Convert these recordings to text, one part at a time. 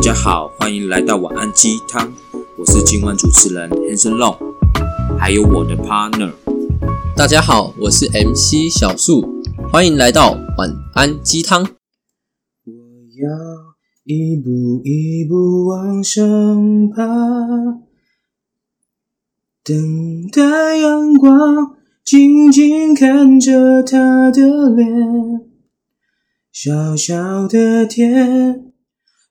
家好，欢迎来到晚安鸡汤，我是今晚主持人 Hanson Long，还有我的 partner。大家好，我是 MC 小树，欢迎来到晚安鸡汤。我要一步一步往上爬，等待阳光，静静看着他的脸，小小的天，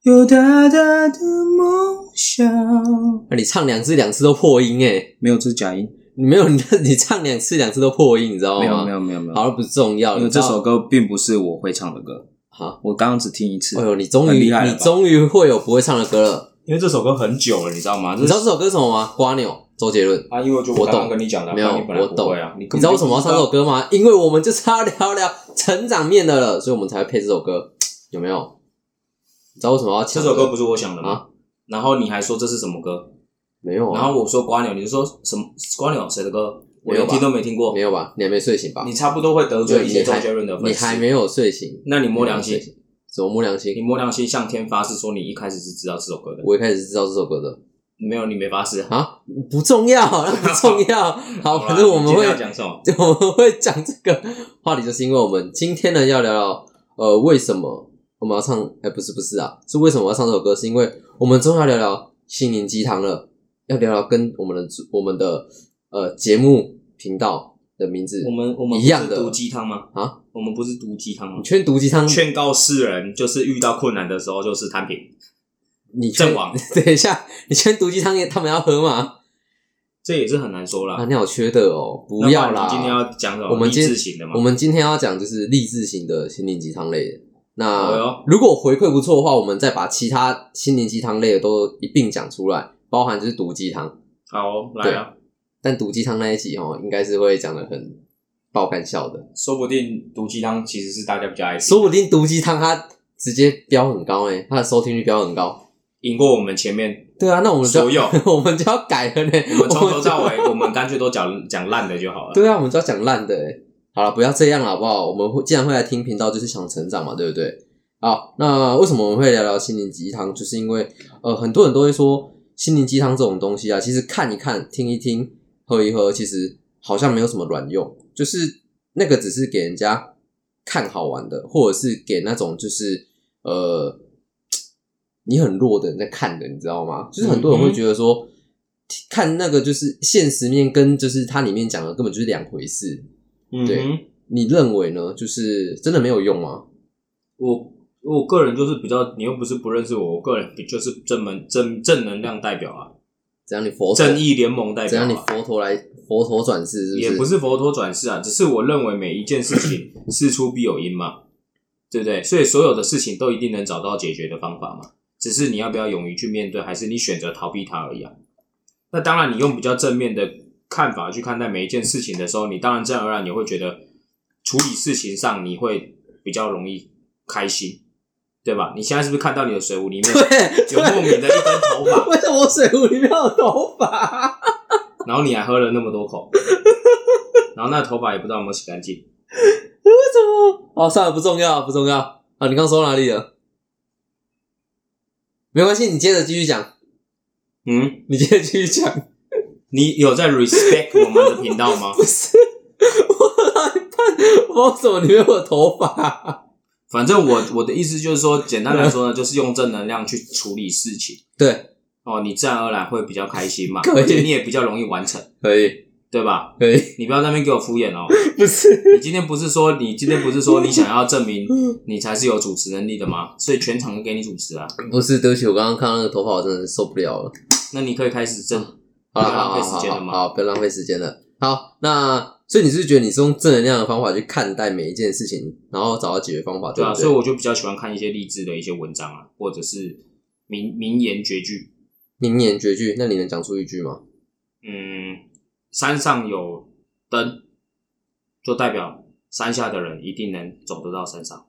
有大大的梦想。哎你唱两次，两次都破音哎！没有，这是假音。你没有， 你你唱两次，两次都破音，你知道吗？没有，没有，没有，没有。哦好了，不重要。因为你知这道首歌并不是我会唱的歌，好，我刚刚只听一次哎。呦，你终很于厉害了你吧终于会有不会唱的歌了。因为这首歌很久了，你知道吗？你知道这首歌是什么吗？瓜牛，周杰伦。啊，因为就我刚刚懂跟你讲的啊，没有，不然你本来我不懂会啊，你根本知道为什么要唱这就首歌吗？因为我们就是要聊聊成长面的了，所以我们才会配这首歌，有没有？你知道为什么要这抢首歌不是我想的吗？啊然后你还说这是什么歌？没有然啊？后我说瓜牛，你就说什么瓜牛谁的歌？我没有连吧听都没听过没。有吧？你还没睡醒吧？你差不多会得罪一些周杰伦的粉丝。你还？没有睡醒，那你摸良心没有，睡醒怎么摸良你心？摸良心向天发誓说你一开始是知道这首歌的。我一开始知道这首歌的没有，你没发誓。啊，不重要，那不重 要。好，啦反正我们你今会天要讲什 么？我们会讲这个话题，就是因为我们今天呢要聊聊呃为什么我们要唱？哎、不是不是啊，是为什么要唱这首歌？是因为我们终于要聊聊心灵鸡汤了，要聊聊跟我们的主我们的呃节目频道的名字我们我们一样不的是毒鸡汤吗？啊，我们不是毒鸡汤吗你？劝毒鸡汤，劝告世人，就是遇到困难的时候就是摊平你劝阵亡， 等一下，你劝毒鸡汤也他们要喝吗？这也是很难说啦啊，。你好缺德哦！那不要然啦。你今天要讲什么？我们励今志型的嘛我。们今天要讲就是励志型的心灵鸡汤类的。哎那呦如果回馈不错的话，我们再把其他心灵鸡汤类的都一并讲出来，包含就是毒鸡汤。好哦，来啊！但毒鸡汤那一集哦，应该是会讲的很爆干笑的，说不定毒鸡汤其实是大家比较爱吃，说不定毒鸡汤它直接飙很高哎、它的收听率飙很高。赢过我们前面对啊，那我们就所有。 我们就要改了呢、我们从头就到尾，我们干脆都讲讲烂的就好 了。对啊，我们就要讲烂的、欸。好了，不要这样了，好不好？我们会既然会来听频道，就是想成长嘛，对不对？好，那为什么我们会聊聊心灵鸡汤？就是因为呃，很多人都会说心灵鸡汤这种东西啊，其实看一看、听一听、喝一喝，其实好像没有什么卵用，就是那个只是给人家看好玩的，或者是给那种就是呃你很弱的人在看的，你知道吗？就是很多嗯人会觉得说。看那个就是现实面跟就是它里面讲的根本就是两回事，嗯哼，你认为呢？就是真的没有用吗？我我个人就是比较，你又不是不认识我，我个人就是正能正正能量代表啊，怎样你佛陀正义联盟代怎表样你啊，佛陀来佛陀转世是不是？也不是佛陀转世啊，只是我认为每一件事 情事出必有因嘛，对不对？所以所有的事情都一定能找到解决的方法嘛，只是你要不要勇于去面对，还是你选择逃避它而已啊。那当然，你用比较正面的看法去看待每一件事情的时候，你当然自然而然你会觉得处理事情上你会比较容易开心，对吧？你现在是不是看到你的水壶里面对，，有莫名的一根头发 为什么我水壶里面有头发？然后你还喝了那么多口，然后那头发也不知道有没有洗干净？为什么？哦，算了，不重要，不重要。啊，你刚说哪里了？没关系，你接着继续讲，嗯。你接着继续讲。你有在 respect 我们的频道 吗？不是，我来看，我为什么里面有头发？反正我我的意思就是说，简单来说呢，就是用正能量去处理事情对，哦，你自然而然会比较开心嘛，可以而且你也比较容易完成，可以，对吧？可以，你不要在那边给我敷衍哦！不是。你今天不是说你今天不是说你想要证明你才是有主持能力的吗？所以全场都给你主持啊， 不是，对不起，我刚刚看到那个头发，我真的受不了了。那你可以开始正好了，不要好浪好费好时间好了吗好，不要浪费时间了。好，那所以你是觉得你是用正能量的方法去看待每一件事情，然后找到解决方法，对啊，不所以对？我就比较喜欢看一些励志的一些文章啊，或者是名名言绝句，名言绝句，那你能讲出一句吗？嗯，山上有灯，就代表山下的人一定能走得到山上。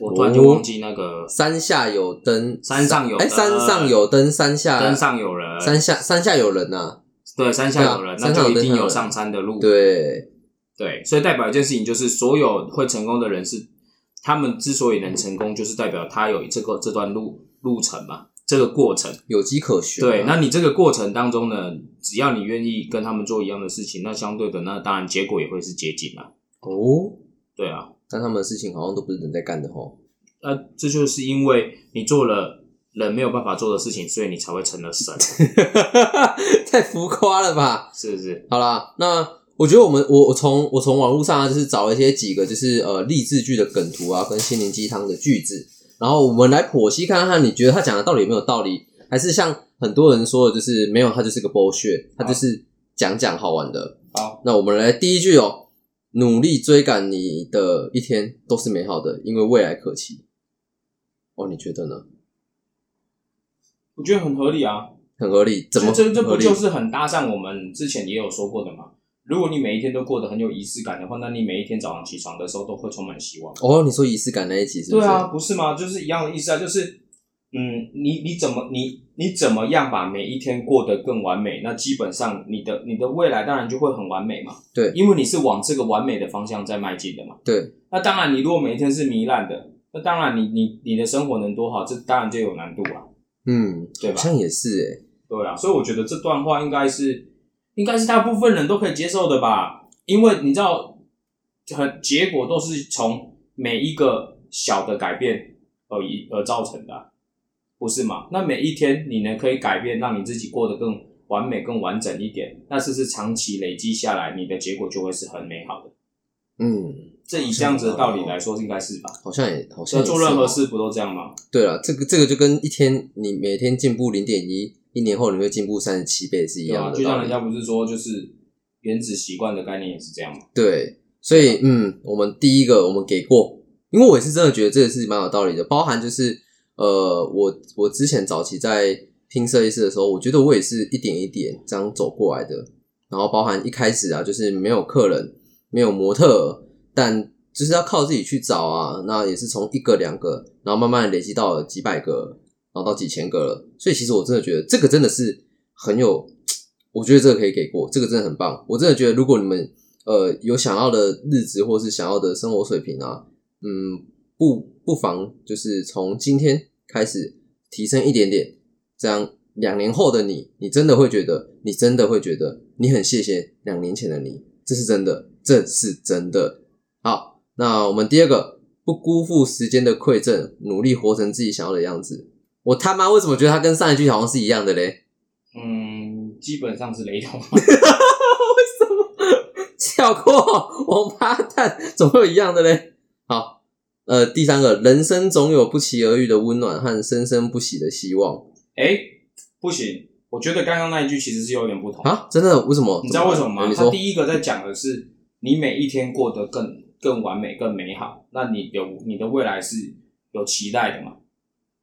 我突然就忘记那个哦山下有灯，山上有哎，灯山上有灯，山下登上有人，山下山下有人呐、对山下有人，对啊那就一定山上有有人上山的路。对，对，所以代表一件事情就是，所有会成功的人是他们之所以能成功，就是代表他有这个这段路路程嘛，这个过程。有迹可循啊、对，那你这个过程当中呢，只要你愿意跟他们做一样的事情，那相对的，那当然结果也会是接近啊。哦，对啊，但他们的事情好像都不是人在干的 吼。那、这就是因为你做了人没有办法做的事情，所以你才会成了神，啊太浮夸了吧？是不是？好啦，那我觉得我们我我从我从网络上啊，就是找了一些几个就是呃励志剧的梗图啊，跟心灵鸡汤的句子，然后我们来剖析看看，你觉得他讲的到底有没有道理？还是像很多人说的，就是没有，他就是个剥削，他就是讲讲好玩的。好，那我们来第一句哦，努力追赶你的一天都是美好的，因为未来可期。哦，你觉得呢？我觉得很合理啊。很合理，怎么这这不合理就是很搭上我们之前也有说过的嘛？如果你每一天都过得很有仪式感的话，那你每一天早上起床的时候都会充满希望。哦？你说仪式感那一集是不对是？啊，不是吗？就是一样的意思啊，就是嗯，你你怎么你你怎么样把每一天过得更完美？那基本上你的你的未来当然就会很完美嘛。对因为你是往这个完美的方向在迈进的嘛。对那当然，你如果每一天是糜烂的，那当然你你你的生活能多好，这当然就有难度啊，嗯，对好吧？像也是欸诶、对啊，所以我觉得这段话应该是应该是大部分人都可以接受的吧，因为你知道，很结果都是从每一个小的改变而一而造成的啊、不是吗？那每一天你呢可以改变，让你自己过得更完美、更完整一点，那这是长期累积下来，你的结果就会是很美好的。嗯，这以这样子的道理来说，应该是吧？好像也好像所以也做任是何哦事不都这样吗？对了，这个这个就跟一天你每天进步零点一，一年后你会进步三十七倍是一对啊，样的就道像理。人家不是说，就是原子习惯的概念也是这样嘛。对，所以嗯，我们第一个我们给过，因为我也是真的觉得这个是蛮有道理的，包含就是呃，我我之前早期在拼设计师的时候，我觉得我也是一点一点这样走过来的，然后包含一开始啊，就是没有客人，没有模特儿，但就是要靠自己去找啊，那也是从一个两个，然后慢慢累积到了几百个，然后到几千个了，所以其实我真的觉得这个真的是很有。我觉得这个可以给过，这个真的很棒。我真的觉得，如果你们呃有想要的日子或是想要的生活水平啊，嗯，不不妨就是从今天开始提升一点点，这样两年后的你，你真的会觉得，你真的会觉得你很谢谢两年前的你，这是真的，这是真的。好，那我们第二个，不辜负时间的馈赠，努力活成自己想要的样子。我他妈为什么觉得它跟上一句好像是一样的嘞？嗯，基本上是雷同。 小过王八蛋，总会有一样的嘞。好，呃，第三个，人生总有不期而遇的温暖和生生不息的希望哎、不行，我觉得刚刚那一句其实是有点不同。啊！真的？为什么？你知道为什么哎吗？你他说第一个在讲的是你每一天过得更更完美、更美好，那你有你的未来是有期待的嘛？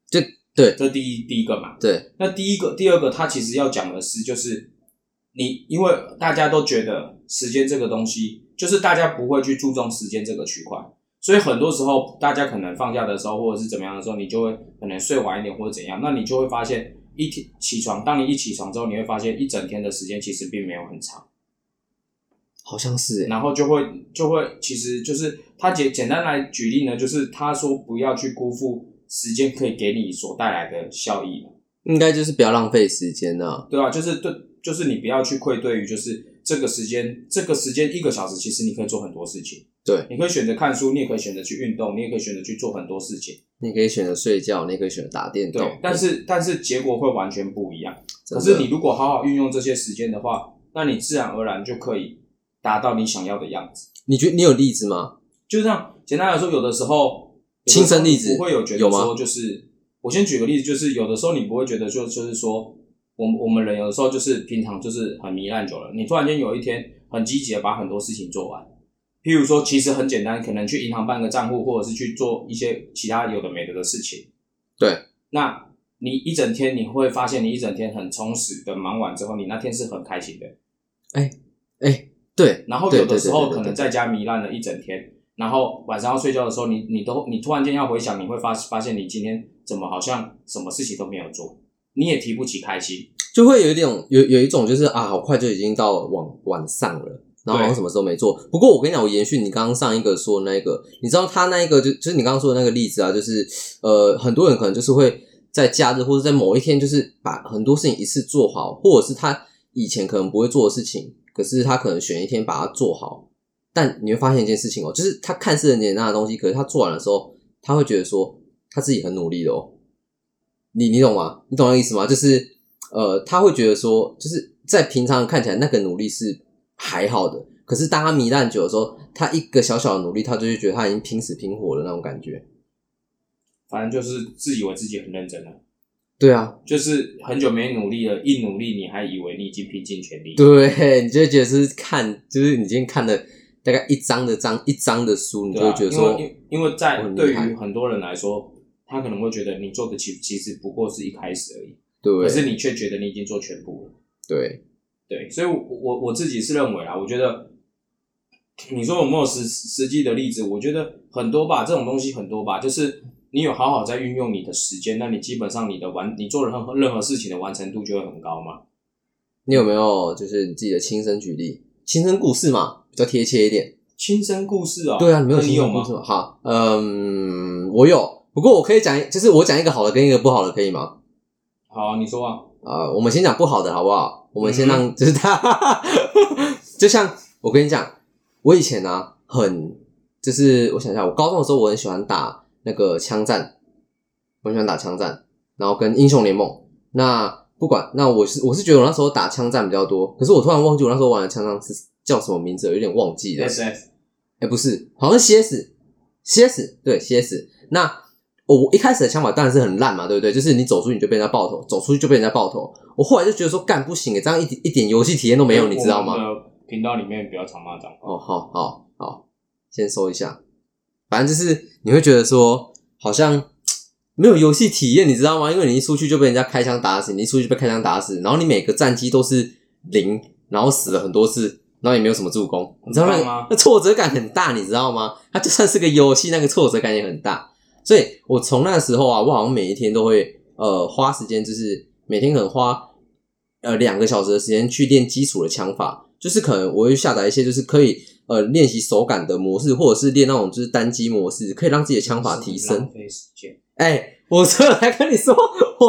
这对这第一第一个嘛。对那第一个、第二个，他其实要讲的是，就是你因为大家都觉得时间这个东西，就是大家不会去注重时间这个区块，所以很多时候大家可能放假的时候或者是怎么样的时候，你就会可能睡晚一点或者怎样，那你就会发现一天起床，当你一起床之后，你会发现一整天的时间其实并没有很长。好像是哎，然后就会就会，其实就是他简简单来举例呢，就是他说不要去辜负时间可以给你所带来的效益嘛，应该就是不要浪费时间啊。对吧、就是对，就是你不要去愧对于就是这个时间，这个时间一个小时，其实你可以做很多事情，对，你可以选择看书，你也可以选择去运动，你也可以选择去做很多事情，你可以选择睡觉，你也可以选择打电对，动，但是但是结果会完全不一样。真可的是你如果好好运用这些时间的话，那你自然而然就可以达到你想要的样子。你觉得你有例子吗？就这样，简单来说，有的时候亲身例子不会有觉得有吗说，就是我先举个例子，就是有的时候你不会觉得就就是说，我们我们人有的时候就是平常就是很糜烂久了，你突然间有一天很积极的把很多事情做完，譬如说其实很简单，可能去银行办个账户，或者是去做一些其他有的没的的事情。对，那你一整天你会发现你一整天很充实的忙完之后，你那天是很开心的。哎，对，然后对有的对时候对对可能对在家糜烂了一整天，然后晚上要睡觉的时候，你你都你突然间要回想，你会发发现你今天怎么好像什么事情都没有做，你也提不起开心。就会有一种有有一种就是啊，好快就已经到晚晚上了，然后好像对什么事都没做。不过我跟你讲，我延续你刚刚上一个说的那个，你知道他那一个就就是你刚刚说的那个例子啊，就是呃，很多人可能就是会在假日或者在某一天，就是把很多事情一次做好，或者是他以前可能不会做的事情，可是他可能选一天把它做好。但你会发现一件事情哦，就是他看似很简单的东西，可是他做完的时候，他会觉得说他自己很努力的哦。你你懂吗？你懂那个意思吗？就是呃，他会觉得说，就是在平常看起来那个努力是还好的，可是当他糜烂久的时候，他一个小小的努力，他就会觉得他已经拼死拼活的那种感觉。反正就是自以为自己很认真了、对啊， 就是很久没努力了，一努力你还以为你已经拼尽全力。对，你就会觉得是看，就是你今天看了大概一章的章一章的书，你就对会啊，觉因得说，为因因为在我很厉对于害很多人来说，他可能会觉得你做的其其实不过是一开始而已，可对是你却觉得你已经做全部了。对对，所以我，我我自己是认为啦，我觉得你说有没有实实际的例子？我觉得很多吧，这种东西很多吧，就是你有好好在运用你的时间，那你基本上你的完，你做任何任何事情的完成度就会很高嘛。你有没有就是你自己的亲身举例、亲身故事嘛，比较贴切一点？亲身故事啊、对啊，你没有那亲你有身故吗事？吗？好，嗯，我有，不过我可以讲一，就是我讲一个好的跟一个不好的，可以吗？好，你说啊，啊、我们先讲不好的好不好？我们先嗯让、 就是他，就像我跟你讲，我以前啊，很就是我想一下，我高中的时候我很喜欢打那个枪战，我很喜欢打枪战，然后跟英雄联盟。那不管，那我是我是觉得我那时候打枪战比较多，可是我突然忘记我那时候玩的枪战是叫什么名字了，有点忘记了。 S F，哎、不是，好像是 CS，CS 对 CS。那我我一开始的想法当然是很烂嘛，对不对？就是你走出去你就被人家爆头，走出去就被人家爆头。我后来就觉得说，干不行哎，这样一点一点游戏体验都没有，你知道吗？？频道里面比较常骂脏话，哦，好好好，先收一下。反正就是你会觉得说，好像没有游戏体验，你知道吗？因为你一出去就被人家开枪打死，你一出去就被开枪打死，然后你每个战绩都是零，然后死了很多次，然后也没有什么助攻，你知道那很棒吗个那挫折感很大，你知道吗？它就算是个游戏，那个挫折感也很大。所以我从那时候啊，我好像每一天都会呃花时间，就是每天可能花呃两个小时的时间去练基础的枪法，就是可能我会下载一些就是可以呃练习手感的模式，或者是练那种就是单机模式，可以让自己的枪法提升。浪费时间。哎、我这 来跟你说，我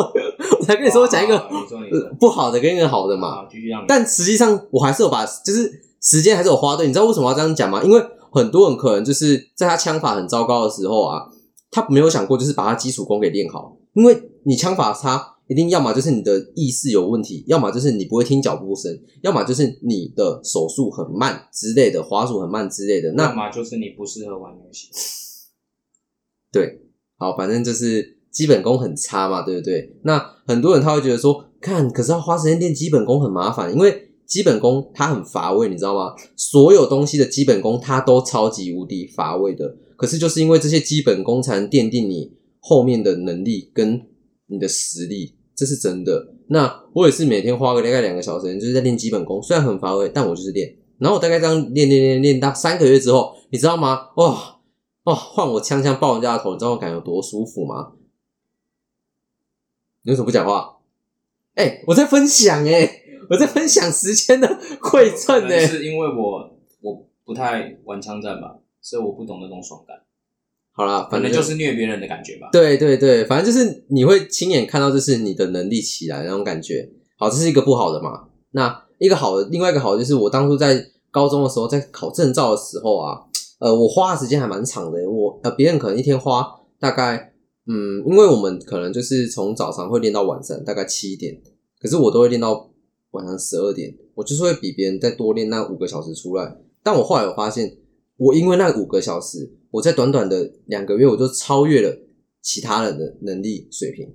我才跟你说我讲一个好啊好好你说你呃说，不好的跟一个好的嘛。好，继续让你。但实际上我还是有把，就是时间还是有花对。你知道为什么要这样讲吗？因为很多人可能就是在他枪法很糟糕的时候啊，他没有想过就是把他基础功给练好。因为你枪法差，一定要么就是你的意识有问题，要么就是你不会听脚步声，要么就是你的手速很慢之类的，滑鼠很慢之类的。那要么就是你不适合玩游戏，对，好，反正就是基本功很差嘛，对不对？那很多人他会觉得说，看，可是要花时间练基本功很麻烦，因为基本功它很乏味，你知道吗？所有东西的基本功它都超级无敌乏味的，可是就是因为这些基本功才能奠定你后面的能力跟你的实力，这是真的。那我也是每天花个大概两个小时，就是在练基本功，虽然很乏味，但我就是练。然后我大概这样练练练练到三个月之后，你知道吗？哇、哦，换我枪枪爆人家的头，你知道我感觉有多舒服吗？你为什么不讲话？哎、我在分享哎、我在分享时间的馈赠哦可哎、能是因为我我不太玩枪战吧，所以我不懂那种爽感，好啦，可反能正就是虐别人的感觉吧。对对对，反正就是你会亲眼看到，就是你的能力起来那种感觉。好，这是一个不好的嘛。那一个好的，另外一个好的就是我当初在高中的时候，在考证照的时候啊，呃，我花的时间还蛮长的。我呃，别人可能一天花大概，嗯，因为我们可能就是从早上会练到晚上，大概七点，可是我都会练到晚上十二点，我就是会比别人再多练那五个小时出来。但我后来我发现，我因为那五个小时，我在短短的两个月，我就超越了其他人的能力水平，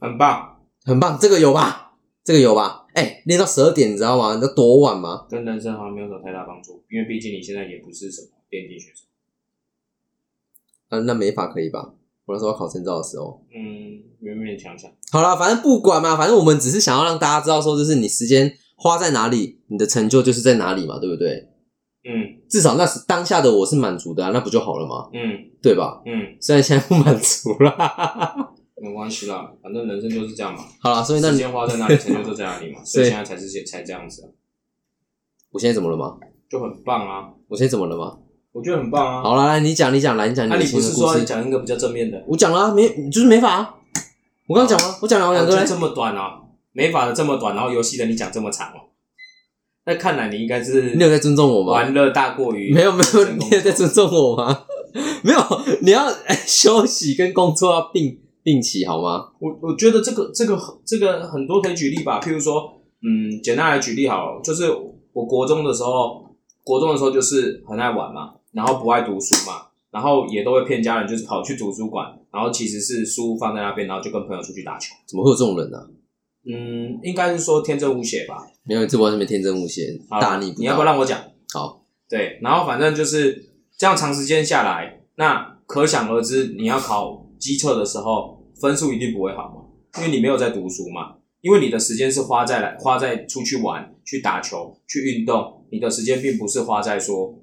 很棒，很棒，这个有吧？这个有吧？哎、练到十二点，你知道吗？你知道多晚吗？跟人生好像没有什么太大帮助，因为毕竟你现在也不是什么电竞选手。啊，那没法可以吧？我那时候要考证照的时候，嗯，勉勉强强。好啦，反正不管嘛，反正我们只是想要让大家知道说，就是你时间花在哪里，你的成就就是在哪里嘛，对不对？嗯至少那时当下的我是满足的、啊，那不就好了吗？嗯对吧？嗯，虽然现在不满足啦， 没关系啦，反正人生就是这样嘛。好啦，所以那时你间花在哪里，成就就在哪里 嘛。所以对现在才是才这样子啊，我现在怎么了吗？就很棒啊，我现在怎么了吗？我觉得很棒啊。好啦，来你讲，你讲，来你讲你那的啊你亲不身是故说要事。讲一个比较正面的？我讲了啊、没就是没法、啊，我刚讲完，我讲完我两个就嘞这。么短哦，美法的这么短，然后游戏的你讲这么长哦，那看来你应该是你有在尊重我吗？玩乐大过于没有没有，认真你工有作在尊重我吗？ 没有，你要、 哎休息跟工作要并并起好吗？我我觉得这个这个这个很多可以举例吧，譬如说，嗯，简单来举例好了，就是我国中的时候，国中的时候就是很爱玩嘛，然后不爱读书嘛，然后也都会骗家人，就是跑去图书馆，然后其实是书放在那边，然后就跟朋友出去打球。怎么会有这种人呢、啊？嗯，应该是说天真无邪吧。没有，这完全没天真无邪，好大逆不道。你要不要让我讲？好？对，然后反正就是这样，长时间下来，那可想而知，你要考机测的时候，分数一定不会好嘛，因为你没有在读书嘛，因为你的时间是花在来花在出去玩、去打球、去运动，你的时间并不是花在说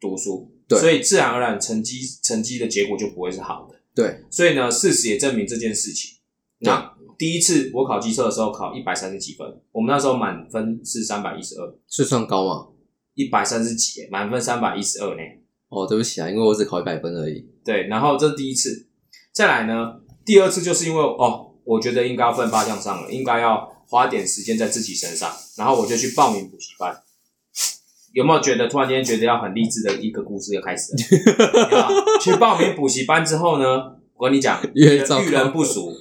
读书，对所以自然而然成绩成绩的结果就不会是好的。对，所以呢，事实也证明这件事情。对那第一次我考机测的时候考一百三十几分，我们那时候满分是三百一十二，是算高嘛？一百三十几耶，满分三百一十二呢。哦，对不起啊，因为我只考一百分而已。对，然后这是第一次，再来呢，第二次就是因为哦，我觉得应该要奋发向上了，应该要花点时间在自己身上，然后我就去报名补习班。有没有觉得突然间觉得要很励志的一个故事就开 始了？有没有去报名补习班之后呢，我跟你讲，越遇人糟糕遇人不淑，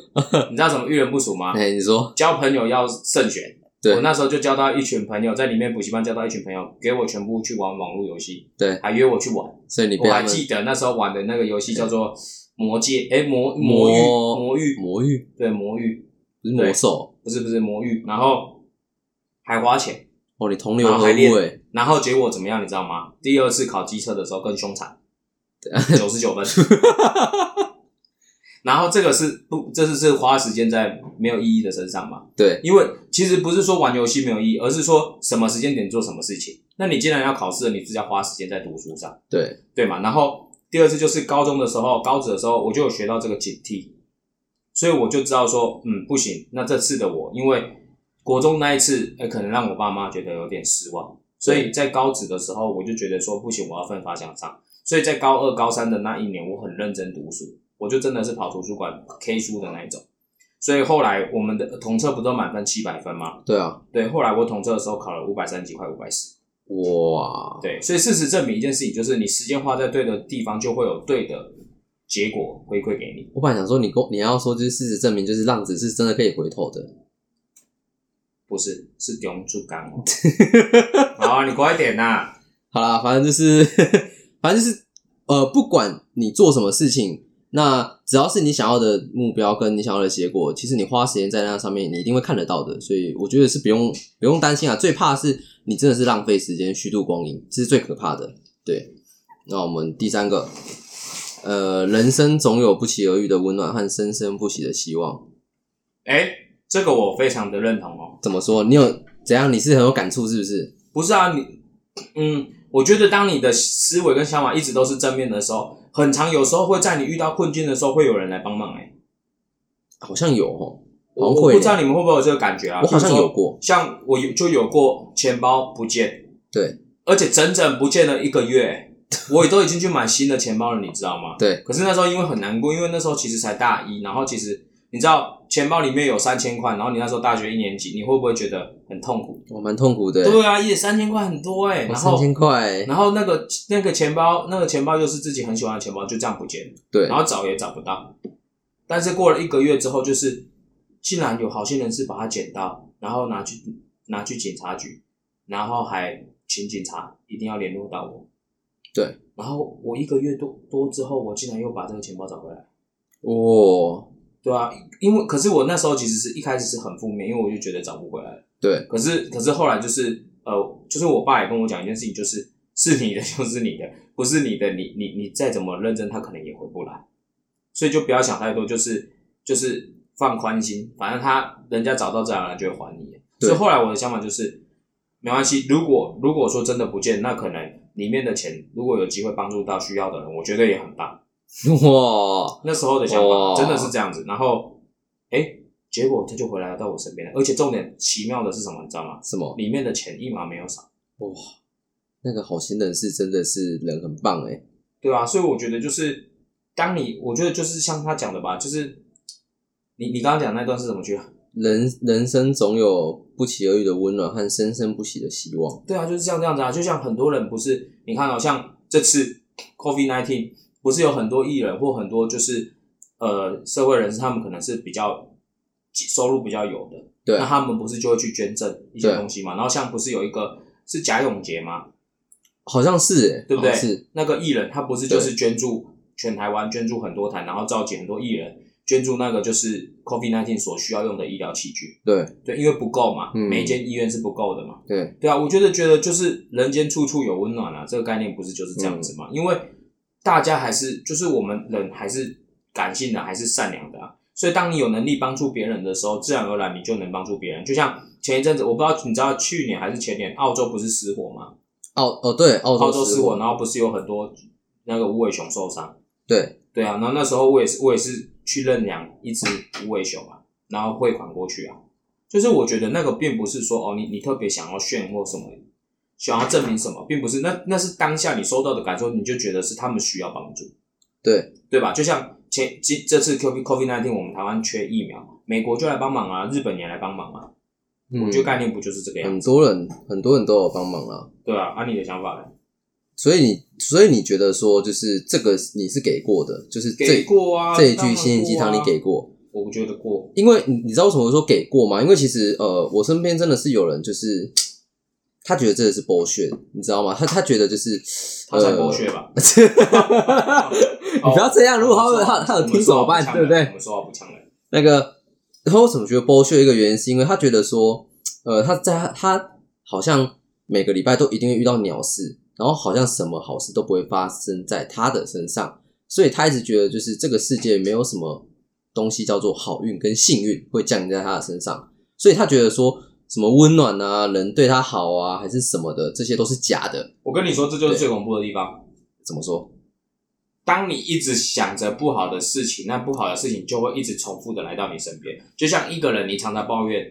你知道什么遇人不淑吗？ 哎、你说交朋友要慎选。对我那时候就交到一群朋友，在里面补习班交到一群朋友，给我全部去玩网络游戏，对还约我去玩。所以你被我他还们记得那时候玩的那个游戏叫做魔界，哎、魔魔域，魔魔域，魔域对，魔域，不是魔兽不是不是魔域，然后还花钱，哦，你同流然后合还练污哎，然后结果怎么样，你知道吗？第二次考机车的时候更 凶残，九十九分。 然后这个是不，这是是花时间在没有意义的身上嘛？对因为其实不是说玩游戏没有意义，而是说什么时间点做什么事情。那你既然要考试了，你就是要花时间在读书上，对，对嘛？然后第二次就是高中的时候，高职的时候，我就有学到这个警惕，所以我就知道说，嗯，不行。那这次的我，因为国中那一次，呃，可能让我爸妈觉得有点失望，所以在高职的时候，我就觉得说，不行，我要奋发向上。所以在高二、高三的那一年，我很认真读书，我就真的是跑图书馆 K 书的那一种。所以后来我们的统测不都满分七百分吗？对啊，对，后来我统测的时候考了五百三十几块，五百四。哇，对，所以事实证明一件事情，就是你时间花在对的地方，就会有对的结果回馈给你。我本来想说你公你要说就是事实证明就是浪子是真的可以回头的，不是，是永住干哦。好啊，你快点呐、好啦，反正就是反正就是呃，不管你做什么事情，那只要是你想要的目标跟你想要的结果，其实你花时间在那上面，你一定会看得到的。所以我觉得是不用不用担心啊，最怕是你真的是浪费时间虚度光阴，这是最可怕的。对，那我们第三个，呃，人生总有不期而遇的温暖和生生不息的希望。哎、这个我非常的认同哦。怎么说？你有怎样？你是很有感触是不是？不是啊，你，嗯，我觉得当你的思维跟想法一直都是正面的时候，很常有时候会在你遇到困境的时候，会有人来帮忙、哎，好像有哦，我好像我会不知道耶，你们会不会有这个感觉啊？我好像比如说有过像我有就有过钱包不见，对，而且整整不见了一个 月，我都已经去买新的钱包了，你知道吗？对。可是那时候因为很难过，因为那时候其实才大一，然后其实你知道钱包里面有三千块，然后你那时候大学一年级，你会不会觉得很痛苦？我蛮痛苦的耶。对啊，一三千块很多我哎、然哦三后千块，然后那个那个钱包，那个钱包又是自己很喜欢的钱包，就这样不见了。对然后找也找不到。但是过了一个月之后，就是竟然有好心人士把它捡到，然后拿去拿去警察局，然后还请警察一定要联络到我。对，然后我一个月多多之后，我竟然又把这个钱包找回来。哦，对啊，因为可是我那时候其实是一开始是很负面，因为我就觉得找不回来了。对可是可是后来就是呃，就是我爸也跟我讲一件事情，就是是你的就是 你的，不是你的你你你再怎么认真，他可能也回不来，所以就不要想太多，就是就是放宽心，反正他人家找到自然而然就会还你。对所以后来我的想法就是，没关系，如果如果说真的不见，那可能里面的钱如果有机会帮助到需要的人，我觉得也很棒。哇，那时候的想法、哇真的是这样子。然后，哎、结果他就回来了到我身边了，而且重点奇妙的是什么，你知道吗？什么？里面的钱一毛没有少，那个好心人是真的是人很棒哎、对啊，所以我觉得就是，当你我觉得就是像他讲的吧，就是你你刚刚讲那段是怎么去？人人生总有不期而遇的温暖和生生不息的希望。对啊，就是这样这样子啊，就像很多人不是，你看哦，像这次 COVID nineteen 不是有很多艺人或很多就是呃社会人士，他们可能是比较收入比较有的，对那他们不是就会去捐赠一些对东西嘛？然后像不是有一个是贾永杰嘛，好像是、欸，对不对？好像是，那个艺人他不是就是捐助全台湾捐助很多台，然后召集很多艺人捐助那个就是 COVID nineteen 所需要用的医疗器具，对对，因为不够嘛，嗯每一间医院是不够的嘛。对对啊，我觉得觉得就是人间处处有温暖啊，这个概念不是就是这样子嘛？因为大家还是就是我们人还是感性的，还是善良的啊。所以当你有能力帮助别人的时候，自然而然你就能帮助别人。就像前一阵子，我不知道你知道去年还是前年，澳洲不是失火吗？澳哦对澳澳洲洲失失火，火，然后不是有很多那个无尾熊受伤？对对啊，然后那时候我也是我也是去认养一只无尾熊啊，然后汇款过去啊。就是我觉得那个并不是说哦，你你特别想要炫或什么，想要证明什么，并不是那那是当下你收到的感受，你就觉得是他们需要帮助，对对吧？就像前这这次 COVID COVID nineteen，我们台湾缺疫苗，美国就来帮忙啊，日本也来帮忙啊，嗯我觉得概念不就是这个样很子，多人很多人都有帮忙啦。对吧、啊？按、你的想法呢？所以你所以你觉得说就是这个你是给过的，就是这给过啊，这一当句然心灵鸡汤过你啊给，过，我觉得过，因为你你知道为什么我说给过吗？因为其实呃，我身边真的是有人就是他觉得这个是剥削，你知道吗？他他觉得就是他才呃 剥削吧。哦你不要这样，如果他会他他有听怎么办？对不我对？们说话不呛人，那个，他为什么觉得剥削一个原因，是因为他觉得说，呃，他在他他好像每个礼拜都一定会遇到鸟事，然后好像什么好事都不会发生在他的身上，所以他一直觉得就是这个世界没有什么东西叫做好运跟幸运会降临在他的身上，所以他觉得说什么温暖啊，人对他好啊，还是什么的，这些都是假的。我跟你说，这就是最恐怖的地方。怎么说？当你一直想着不好的事情，那不好的事情就会一直重复的来到你身边。就像一个人，你常常抱怨，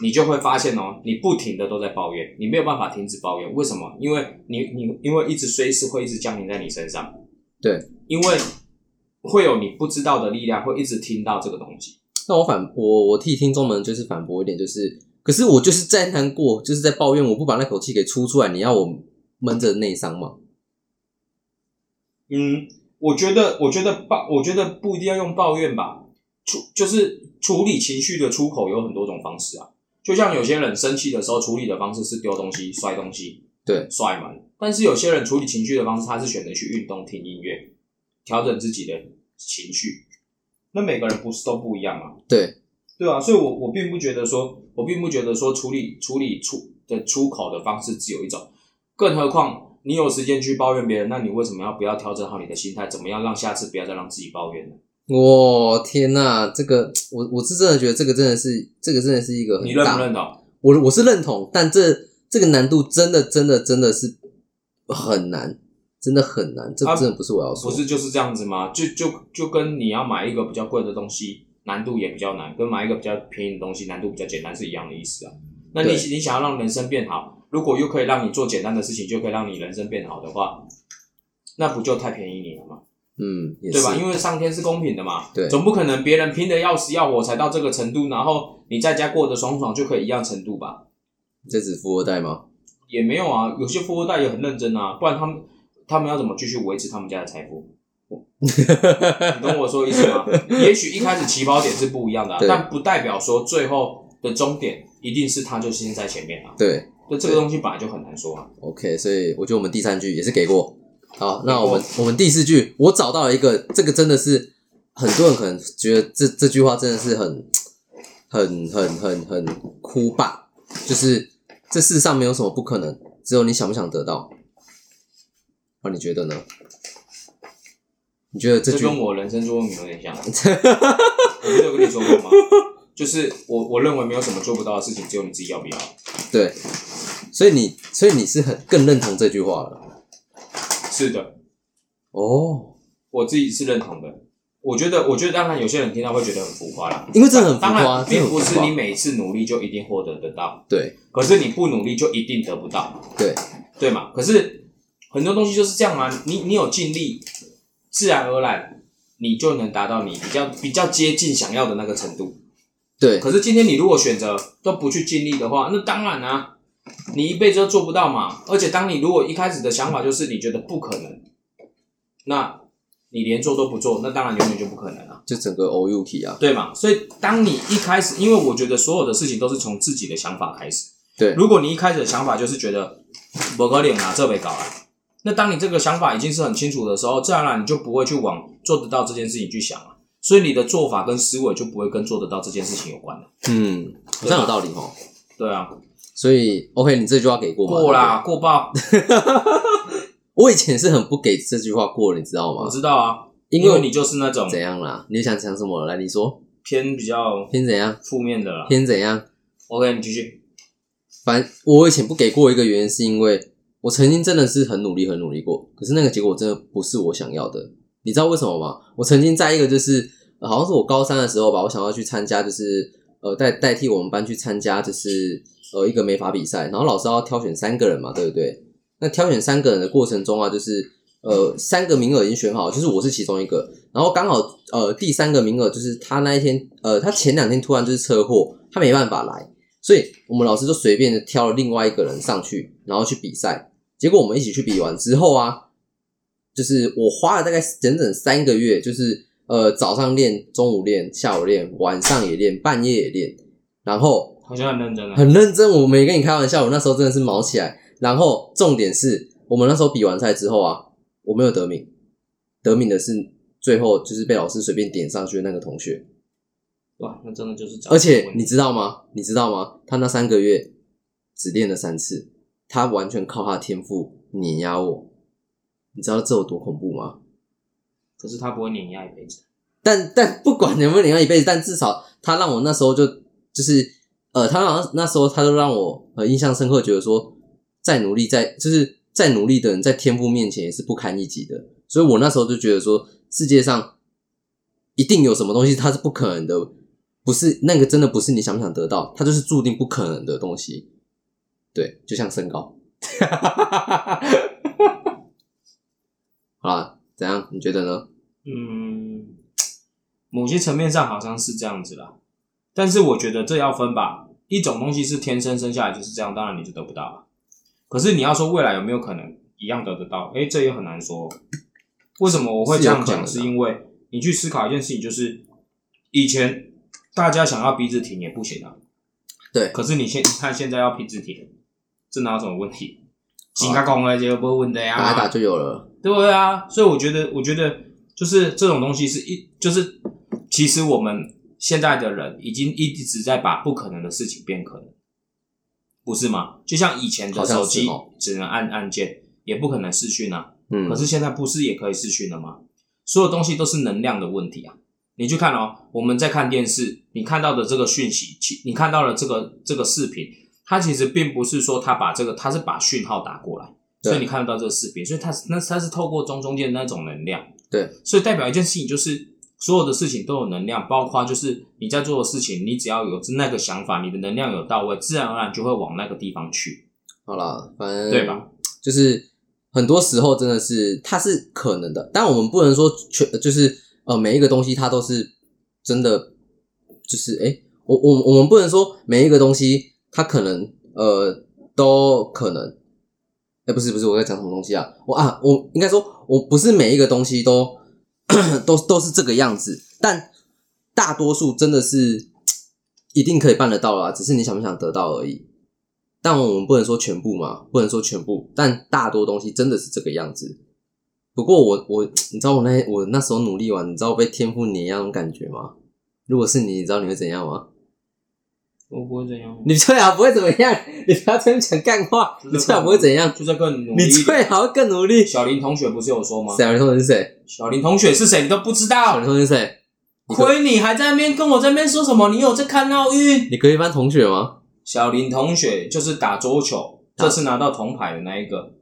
你就会发现哦，你不停的都在抱怨，你没有办法停止抱怨。为什么？因为 你你因为一直随时会一直降临在你身上。对，因为会有你不知道的力量，会一直听到这个东西。那我反我我替听众们就是反驳一点，就是，可是我就是在难过，就是在抱怨，我不把那口气给出出来，你要我闷着内伤吗？嗯，我觉得，我觉得抱，我觉得不一定要用抱怨吧，处就是处理情绪的出口有很多种方式啊。就像有些人生气的时候，处理的方式是丢东西、摔东西，对摔门。但是有些人处理情绪的方式，他是选择去运动、听音乐，调整自己的情绪。那每个人不是都不一样吗？对，对啊，所以我我并不觉得说，我并不觉得说处理处理出的出口的方式只有一种，更何况你有时间去抱怨别人，那你为什么要不要调整好你的心态？怎么样让下次不要再让自己抱怨呢？我天呐，这个我我是真的觉得这个真的是这个真的是一个很大，你认不认同？我我是认同，但这这个难度真的真的真的是很难，真的很难，这啊真的不是我要不说，是就是这样子吗？就就就跟你要买一个比较贵的东西，难度也比较难，跟买一个比较便宜的东西，难度比较简单是一样的意思啊。那你对你想要让人生变好，如果又可以让你做简单的事情，就可以让你人生变好的话，那不就太便宜你了吗？嗯，也对是吧？因为上天是公平的嘛，对总不可能别人拼的要死要活才到这个程度，然后你在家过得爽爽就可以一样程度吧？这只富二代吗？也没有啊，有些富二代也很认真啊，不然他们他们要怎么继续维持他们家的 财富？你懂我说意思吗？也许一开始起跑点是不一样的、啊，对但不代表说最后的终点一定是他就先在前面啊。对那这个东西本来就很难说啊。 OK，所以我觉得我们第三句也是给过。好，那我们给我们第四句，我找到了一个，这个真的是很多人可能觉得这这句话真的是很很很很很哭吧，就是这世上没有什么不可能，只有你想不想得到。哦那、你觉得呢？你觉得这这句跟我人生座右铭有点像。啊 我不是有跟你说过吗？就是我我认为没有什么做不到的事情，只有你自己要不要。对？所以你所以你是很更认同这句话了是的，哦，我自己是认同的。我觉得，我觉得当然有些人听到会觉得很浮夸啦，因为这很浮当夸，然这并很浮不是夸，你每次努力就一定获得得到，对可是你不努力就一定得不到，对对嘛？可是很多东西就是这样啊，你你有尽力，自然而然你就能达到你比较比较接近想要的那个程度。对，可是今天你如果选择都不去尽力的话，那当然啊，你一辈子都做不到嘛。而且当你如果一开始的想法就是你觉得不可能，那你连做都不做，那当然永远就不可能啊，就整个 OUK 啊，对嘛？所以当你一开始，因为我觉得所有的事情都是从自己的想法开始。对如果你一开始的想法就是觉得不可能啊，这没搞啊，那当你这个想法已经是很清楚的时候，自然而然你就不会去往做得到这件事情去想了、所以你的做法跟思维就不会跟做得到这件事情有关了。 嗯，好像有道理哦。对啊，所以 OK，你这句话给过吗？过啦，过爆，我以前是很不给这句话过，你知道吗我？知道啊，因因为为你就是那种怎样啦？你想讲什么？来，你说偏比较偏怎样？负面的啦。偏怎样？ OK，你继续。反正我以前不给过一个原因，是因为我曾经真的是很努力、很努力过，可是那个结果真的不是我想要的。你知道为什么吗？我曾经在一个就是、呃好像是我高三的时候吧，我想要去参加，就是呃代代替我们班去参加，就是呃一个美法比赛，然后老师要挑选三个人嘛，对不对？那挑选三个人的过程中啊，就是呃三个名额已经选好，就是我是其中一个，然后刚好呃第三个名额就是他那一天呃他前两天突然就是车祸，他没办法来，所以我们老师就随便的挑了另外一个人上去，然后去比赛。结果我们一起去比完之后啊，就是我花了大概整整三个月，就是呃早上练、中午练、下午练、晚上也练、半夜也练，然后好像很认真啊。很认真，我没跟你开玩笑，我那时候真的是毛起来。然后重点是我们那时候比完赛之后啊，我没有得名，得名的是最后就是被老师随便点上去的那个同学。哇，那真的就是找而且问题你知道吗？你知道吗？他那三个月只练了三次，他完全靠他的天赋碾压我。你知道这有多恐怖吗？可是他不会碾压一辈子。但但不管有没有碾压一辈子，但至少他让我那时候就就是呃，他好像那时候他就让我呃印象深刻，觉得说再努力再就是再努力的人，在天赋面前也是不堪一击的。所以我那时候就觉得说，世界上一定有什么东西它是不可能的，不是那个真的不是你想不想得到，它就是注定不可能的东西。对，就像身高。 好啦，怎样？你觉得呢？嗯，某些层面上好像是这样子啦，但是我觉得这要分吧。一种东西是天生生下来就是这样，当然你就得不到了。可是你要说未来有没有可能一样得得到？诶，这也很难说。为什么我会这样讲？是是有可能的因为你去思考一件事情，就是以前大家想要鼻子挺也不行啊。对，可是你现你看现在要鼻子挺，这哪有什么问题？紧加工了就不会问啊的呀、啊打一打就有了。对啊，所以我觉得，我觉得就是这种东西是一，就是其实我们现在的人已经一直在把不可能的事情变可能，不是吗？就像以前好的像手是机哦只能按按键，也不可能视讯啊，嗯，可是现在不是也可以视讯了吗？所有东西都是能量的问题啊！你去看哦，我们在看电视，你看到的这个讯息，其你看到了这个这个视频，它其实并不是说它把这个，它是把讯号打过来，对所以你看得到这个视频，所以它是那它是透过中中间的那种能量，对，所以代表一件事情就是所有的事情都有能量，包括就是你在做的事情，你只要有那个想法，你的能量有到位，自然而然就会往那个地方去，好啦，反正对吧？就是很多时候真的是它是可能的，但我们不能说全就是呃每一个东西它都是真的，就是诶、我我我们不能说每一个东西它可能呃都可能，哎、不是不是我在讲什么东西啊？我啊我应该说我不是每一个东西都 都都是这个样子，但大多数真的是一定可以办得到啦，只是你想不想得到而已。但我们不能说全部嘛，不能说全部，但大多东西真的是这个样子。不过我我你知道我那我那时候努力完，你知道我被天赋碾压那种感觉吗？如果是你，你知道你会怎样吗？我不会这样，你最好不会怎么样，你不要这样讲干话，你最好不会怎样，就在更努力你一点。最好更努力。小林同学不是有说吗？谁啊？你同学是谁？小林同学是谁？你都不知啊道你，同学是谁？你隔亏你还在那边跟我这边说什么？你有在看奥运？你隔壁班同学吗？小林同学就是打桌球，打这次拿到铜牌的那一个。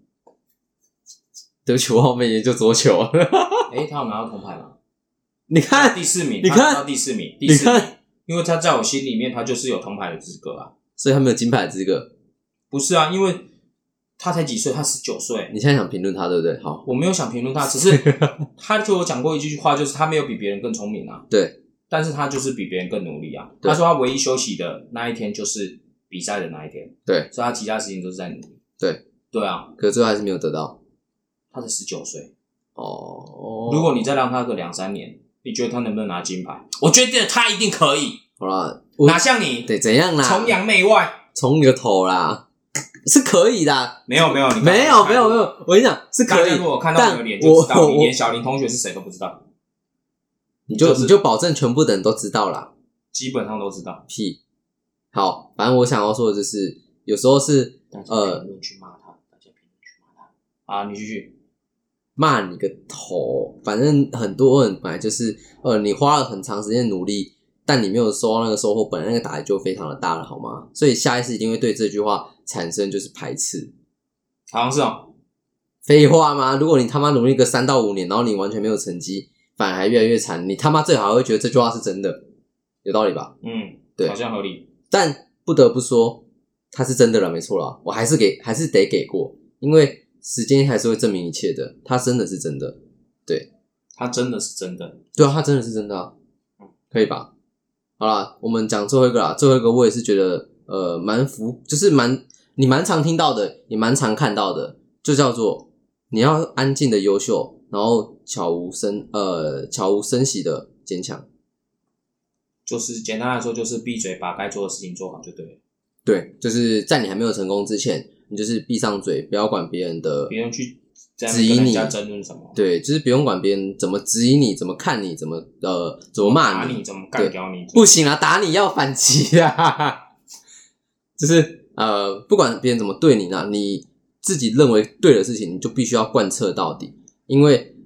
对不起，我好没研究桌球 啊。 诶，他有拿到铜牌 吗？你看，第四名，你他看拿到第四名，第你四名，看，因为他在我心里面，他就是有铜牌的资格啊。所以他没有金牌的资格。不是啊，因为他才几岁？他十九岁。你现在想评论他，对不对？好， 我没有想评论他，只是他就有讲过一句话，就是他没有比别人更聪明啊。对，但是他就是比别人更努力啊。对他说他唯一休息的那一天就是比赛的那一天，对，所以他其他事情都是在努力。对，对啊，可是最后还是没有得到。他才十九岁，哦，如果你再让他个两三年，你觉得他能不能拿金牌？我觉得他一定可以，好啦，我哪像你得怎样啦？崇洋媚外？从你个头啦，是可以的。啊没有没有，你没有没有没，有，我跟你讲是大可家以如果，看到你但的脸就我知道，我你我连小林同学是谁都不知道，你就就是你就保证全部的人都知道啦。基本上都知道。屁，好，反正我想要说的就是，有时候是大家呃评论去骂他，大家评论去骂他。啊，你继续。骂你个头，反正很多人本来就是，呃，你花了很长时间努力，但你没有收到那个收获，本来那个打击就非常的大了，好吗？所以下一次一定会对这句话产生就是排斥。好像是哦，废话吗？如果你他妈努力个三到五年，然后你完全没有成绩，反而还越来越惨，你他妈最好还会觉得这句话是真的，有道理吧？嗯，对好像合理。但不得不说，他是真的了，没错啦，我还是给，还是得给过，因为时间还是会证明一切的。他真的是真的，他真的是真的，对啊，他真的是真的啊，可以吧？好啦，我们讲最后一个啦，最后一个我也是觉得，呃，蛮服，就是蛮你蛮常听到的，也蛮常看到的，就叫做你要安静的优秀，然后悄无声，呃，悄无声息的坚强。就是简单来说，就是闭嘴，把该做的事情做好就对了。对，就是在你还没有成功之前，你就是闭上嘴，不要管别人的别人去这样质疑跟人你家争论什么，对，就是不用管别人怎么质疑你，怎么看你，怎么呃，怎么骂打你，你怎么干掉你，不行啊，打你要反击啊！ 就是呃，不管别人怎么对你呢，你自己认为对的事情，你就必须要贯彻到底，因为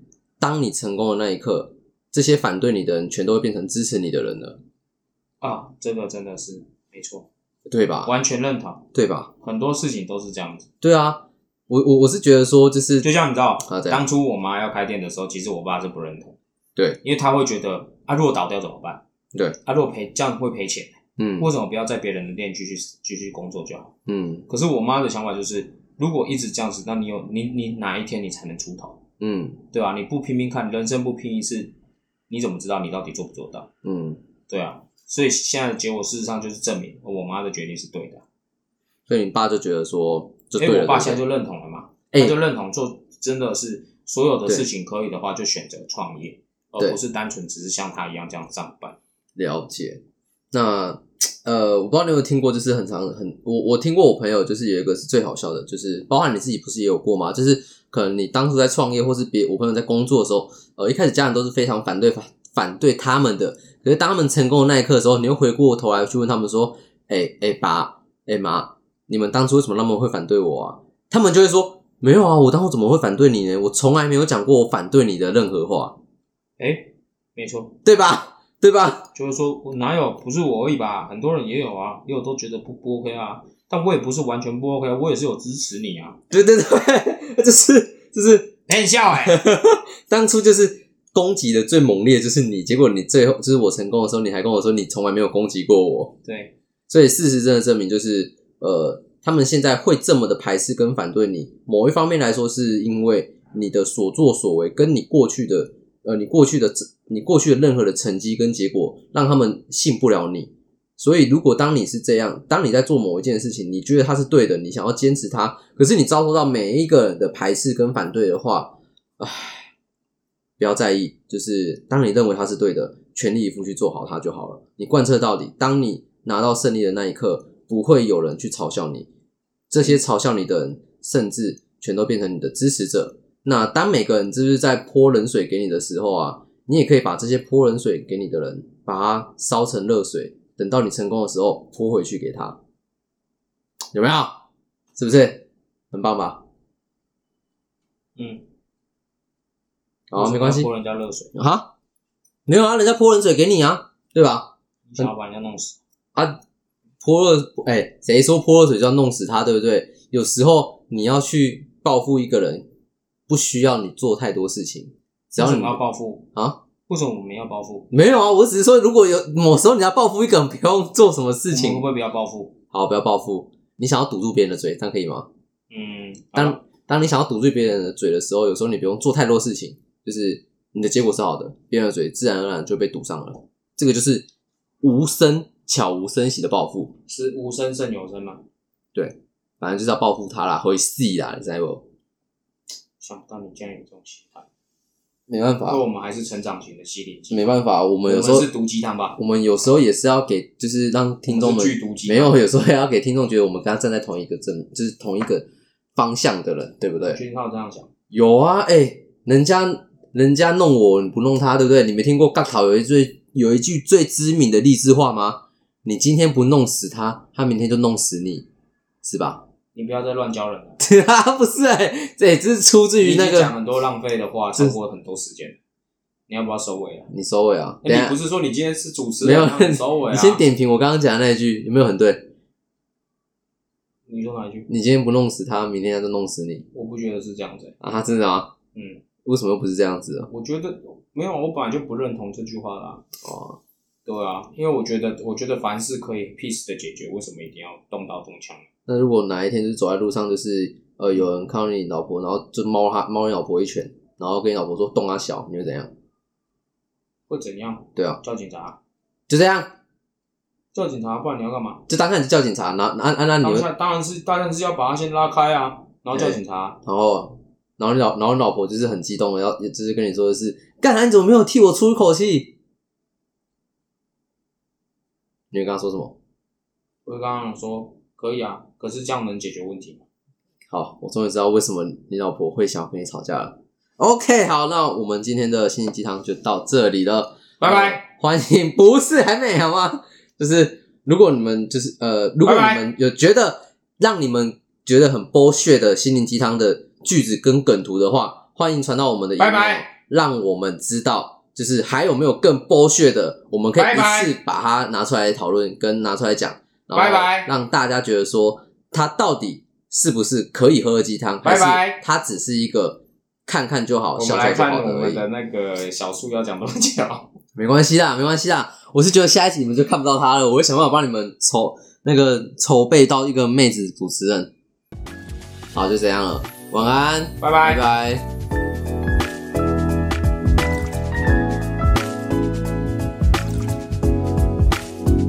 当你成功的那一刻，这些反对你的人全都会变成支持你的人了，啊，这个真的是没错，对吧？完全认同，对吧？很多事情都是这样子。对啊，我我我是觉得说，就是就像你知道啊，怎样当初我妈要开店的时候，其实我爸是不认同，对，因为他会觉得啊，如果倒掉怎么办？对，啊，如果赔这样会赔钱，嗯为什么不要在别人的店继续继续工作就好？嗯可是我妈的想法就是，如果一直这样子，那你有你你哪一天你才能出头，嗯对吧、你不拼拼看，人生不拼一次，你怎么知道你到底做不做到？嗯，对啊，所以现在的结果事实上就是证明我妈的决定是对的，啊所以你爸就觉得说，就因对为了，哎我爸对现不对在就认同了嘛，哎他就认同做真的是所有的对事情可以的话就选择创业，对而不是单纯只是像他一样这样上班。了解。那呃，我不知道你有没有听过，就是很常很我我听过我朋友就是有一个是最好笑的，就是包含你自己不是也有过吗？就是可能你当初在创业，或是别我朋友在工作的时候，呃，一开始家人都是非常反对反反对他们的，可是当他们成功的那一刻的时候，你又回过头来去问他们说：“哎、哎、爸，哎、妈，你们当初为什么那么会反对我啊？”他们就会说：“没有啊，我当初怎么会反对你呢？我从来没有讲过我反对你的任何话，哎，没错，对吧？对吧？就是说我哪有不是我而已吧，很多人也有啊，也有都觉得不不 OK 啊，但我也不是完全不 OK，啊我也是有支持你啊。对对对， 就是就是很笑 哎、当初就是攻击的最猛烈的就是你，结果你最后就是我成功的时候，你还跟我说你从来没有攻击过我，对，所以事实真的证明就是呃，他们现在会这么的排斥跟反对你，某一方面来说是因为你的所作所为跟你过去的呃你过去的你过去的任何的成绩跟结果，让他们信不了你。所以，如果当你是这样，当你在做某一件事情，你觉得它是对的，你想要坚持它，可是你遭受到每一个人的排斥跟反对的话，唉，不要在意。就是当你认为它是对的，全力以赴去做好它就好了。你贯彻到底，当你拿到胜利的那一刻，不会有人去嘲笑你。这些嘲笑你的人，甚至全都变成你的支持者。那当每个人就是在泼冷水给你的时候啊，你也可以把这些泼冷水给你的人，把它烧成热水，等到你成功的时候泼回去给他，有没有？是不是很棒吧？嗯，好，没关系泼人家热水，啊，没有啊，人家泼冷水给你啊，对吧？你想要把人家弄死。啊，泼热，哎、谁说泼热水就要弄死他，对不对？有时候你要去报复一个人，不需要你做太多事情，只为要什你么要报复啊。为什么我们要报复？没有啊，我只是说，如果有某时候你要报复一个人，不用做什么事事情会情不，会不要报复？好，不要报复。你想要堵住别人的嘴，这样可以吗？嗯，好吧当当你想要堵住别人的嘴的时候，有时候你不用做太多事情，就是你的结果是好的，别人的嘴自然而然就被堵上了。这个就是无声悄无声息的报复，是无声胜有声嘛？反正就是要报复他啦，回戏啦，你知道不？想不到你竟然有这种心态，没办法那，我们还是成长型的吸灵啊没办法，我我们有们时候是毒鸡汤吧？我们有时候也是要给，就是让听众我们们是剧毒鸡汤没有，有时候也要给听众觉得我们跟他站在同一个阵，就是同一个方向的人，对不对？君浩这样想，有啊，哎、人家人家弄我，你不弄他，对不对？你没听过尬考有一句有一句最知名的励志话吗？你今天不弄死他，他明天就弄死你，是吧？ 你不要再乱教人了。不是哎、这也是出自你已于那经讲个很多浪费的话，超过很多时间了，你要不要收尾啊？你收尾啊，等一哎你下不是说你今天是主持没人，有 然后你收尾啊？你先，点评我刚刚讲的那一句有没有很对？你说哪一句？你今天不弄死他，明天他就弄死你我不觉得是这样子、欸啊！真的吗？嗯，为什么又不是这样子啊？我觉得没有，我本来就不认同这句话啦、哦，对啊，因为我觉得，我觉得凡事可以 peace 的解决，为什么一定要动刀动枪？那如果哪一天就是走在路上，就是呃有人看到你老婆，然后就猫他猫你老婆一拳，然后跟你老婆说动她小，你会怎样？会怎样？对啊，叫警察？就这样，叫警察？不然你要干嘛？就当下你就叫警察，然后按按那你当会，下当然是当然是要把他先拉开啊，然后叫警察。然后然后你老然后你老婆就是很激动的要就是跟你说的是，干你怎么没有替我出一口气？你会跟他说什么？我刚刚有说可以啊，可是这样能解决问题吗？好，我终于知道为什么你老婆会想要跟你吵架了。OK，好，那我们今天的心灵鸡汤就到这里了，拜拜呃欢迎，不是还没好吗？就是如果你们就是呃，如果拜你拜们有觉得让你们觉得很剥削的心灵鸡汤的句子跟梗图的话，欢迎传到我们的 email，拜拜让我们知道就是还有没有更剥削的，我们可以拜拜一次把它拿出来讨论跟拿出来讲。然后拜拜让大家觉得说它到底是不是可以喝的鸡汤，拜拜还是它只是一个看看就好、我笑们笑来就好看的我而们已的。那个小树要讲多久？没关系啦，没关系啦。我是觉得下一集你们就看不到他了，我会想办法帮你们筹那个筹备到一个妹子主持人。好，就这样了，晚安，拜拜拜。拜